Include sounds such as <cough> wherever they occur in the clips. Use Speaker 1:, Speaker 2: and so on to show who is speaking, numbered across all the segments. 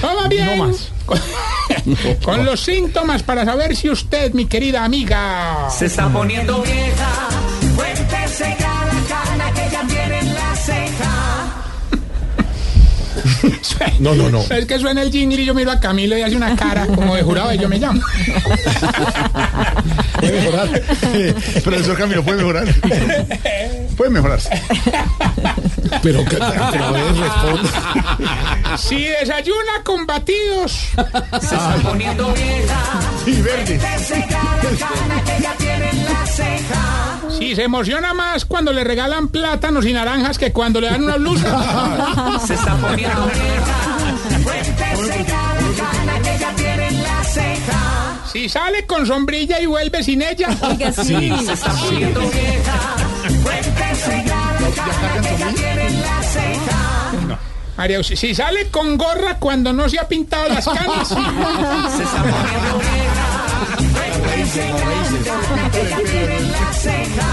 Speaker 1: Todo bien.
Speaker 2: No más.
Speaker 1: <laughs> Con los síntomas para saber si usted, mi querida amiga.
Speaker 3: Se está poniendo vieja, cuéntese cada cana que ya tiene en la ceja.
Speaker 2: <laughs> No, no, no.
Speaker 1: Es que suena el jingle y yo miro a Camilo y hace una cara como de jurado y yo me llamo.
Speaker 2: <laughs> Puede mejorar. Profesor Camilo, puede mejorar. Puede mejorarse. Pero que otra vez responde.
Speaker 1: Si desayuna con batidos,
Speaker 3: Se está poniendo vieja,
Speaker 2: Y verde.
Speaker 3: cuéntese cada cana que ya tiene en la ceja.
Speaker 1: si se emociona más cuando le regalan plátanos y naranjas que cuando le dan una blusa.
Speaker 3: Se está poniendo vieja, cuéntese cada cana que ya tiene en la ceja.
Speaker 1: Si sale con sombrilla y vuelve sin ella.
Speaker 3: Se está poniendo vieja, cuéntese cada cana que ya tiene en la ceja.
Speaker 1: María, Auxilio, si sale con gorra cuando no se ha pintado las canas.
Speaker 3: Se está poniendo vieja, cuéntese cada cana que ya tiene en la ceja.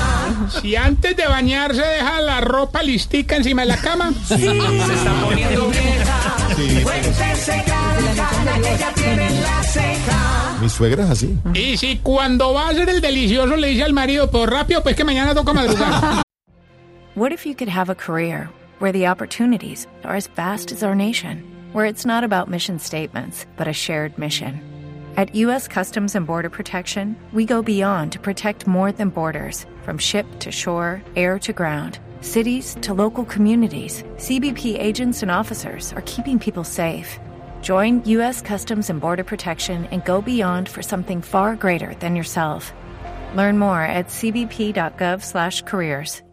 Speaker 1: Si antes de bañarse deja la ropa listica encima de la cama.
Speaker 3: Se está poniendo vieja. Cuéntese cada cana que ya tiene en la ceja.
Speaker 2: Mi suegra es así.
Speaker 1: Y si cuando va a ser el delicioso le dice al marido, pues rápido, pues que mañana toca madrugar.
Speaker 4: What if you could have a career where the opportunities are as vast as our nation, where it's not about mission statements, but a shared mission? At U.S. Customs and Border Protection, we go beyond to protect more than borders from ship to shore, air to ground. Cities to local communities, CBP agents and officers are keeping people safe. Join U.S. Customs and Border Protection and go beyond for something far greater than yourself. Learn more at cbp.gov/careers.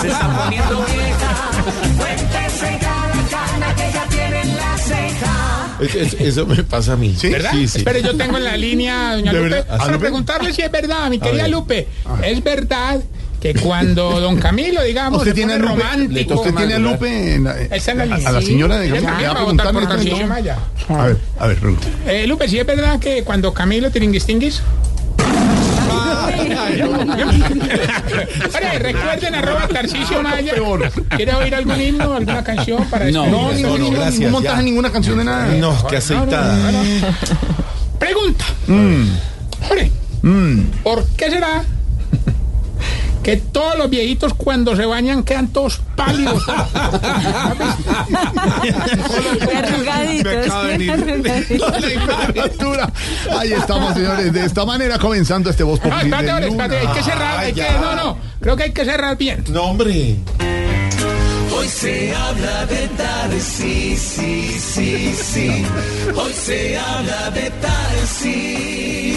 Speaker 3: Se está poniendo vieja. Cuéntese cada cana que ya tiene en la ceja.
Speaker 5: Es- es- eso me pasa a mí.
Speaker 2: ¿Sí?
Speaker 1: ¿Verdad?
Speaker 5: Sí, sí.
Speaker 1: Espere, yo tengo en la línea, doña
Speaker 2: ¿De
Speaker 1: Lupe,
Speaker 2: verdad? ¿A
Speaker 1: para
Speaker 2: Lupe?
Speaker 1: preguntarle si es verdad, mi querida
Speaker 5: ver.
Speaker 1: Lupe. ¿Es verdad que cuando don Camilo, digamos,
Speaker 2: Usted
Speaker 1: se
Speaker 2: tiene a
Speaker 1: pone
Speaker 2: Lupe.
Speaker 1: romántico,
Speaker 2: Usted tiene a Lupe en la-
Speaker 1: está en la
Speaker 2: a-
Speaker 1: línea.
Speaker 2: A la señora de
Speaker 1: Ella
Speaker 2: que
Speaker 1: también
Speaker 2: va a
Speaker 1: va a votar por
Speaker 2: preguntarle,
Speaker 1: Tarcisio
Speaker 2: ¿no?
Speaker 1: Maya.
Speaker 2: A ver, a ver, pregunta.
Speaker 1: Eh, Lupe, ¿sí es verdad que cuando Camilo tiringuistinguis? Ahora, recuerden arroba Tarcisio Maya.
Speaker 2: Ah, Peor.
Speaker 1: ¿Quiere oír algún himno, alguna canción para
Speaker 2: No, no,
Speaker 1: despedirnos?
Speaker 2: ningún,
Speaker 5: no,
Speaker 2: ningún
Speaker 5: gracias,
Speaker 2: montaje,
Speaker 5: ya.
Speaker 2: ninguna canción de nada.
Speaker 5: No, qué aceitada.
Speaker 1: <laughs> Pregunta.
Speaker 5: Mm.
Speaker 1: Jorge, ¿por qué será que todos los viejitos cuando se bañan quedan todos
Speaker 5: <laughs>
Speaker 1: pálidos?
Speaker 2: Arrugadura. Ahí estamos, señores. De esta manera comenzando este voz
Speaker 1: No,
Speaker 2: Populi
Speaker 1: Ah, espérate,
Speaker 2: de
Speaker 1: Jorge,
Speaker 2: Luna.
Speaker 1: espérate, hay que cerrar, hay
Speaker 5: Ah,
Speaker 1: que,
Speaker 5: ya.
Speaker 1: no, no, creo que hay que cerrar bien.
Speaker 5: No, hombre.
Speaker 3: Hoy se habla de tal, sí, sí, sí, sí. Hoy se habla de tal, sí.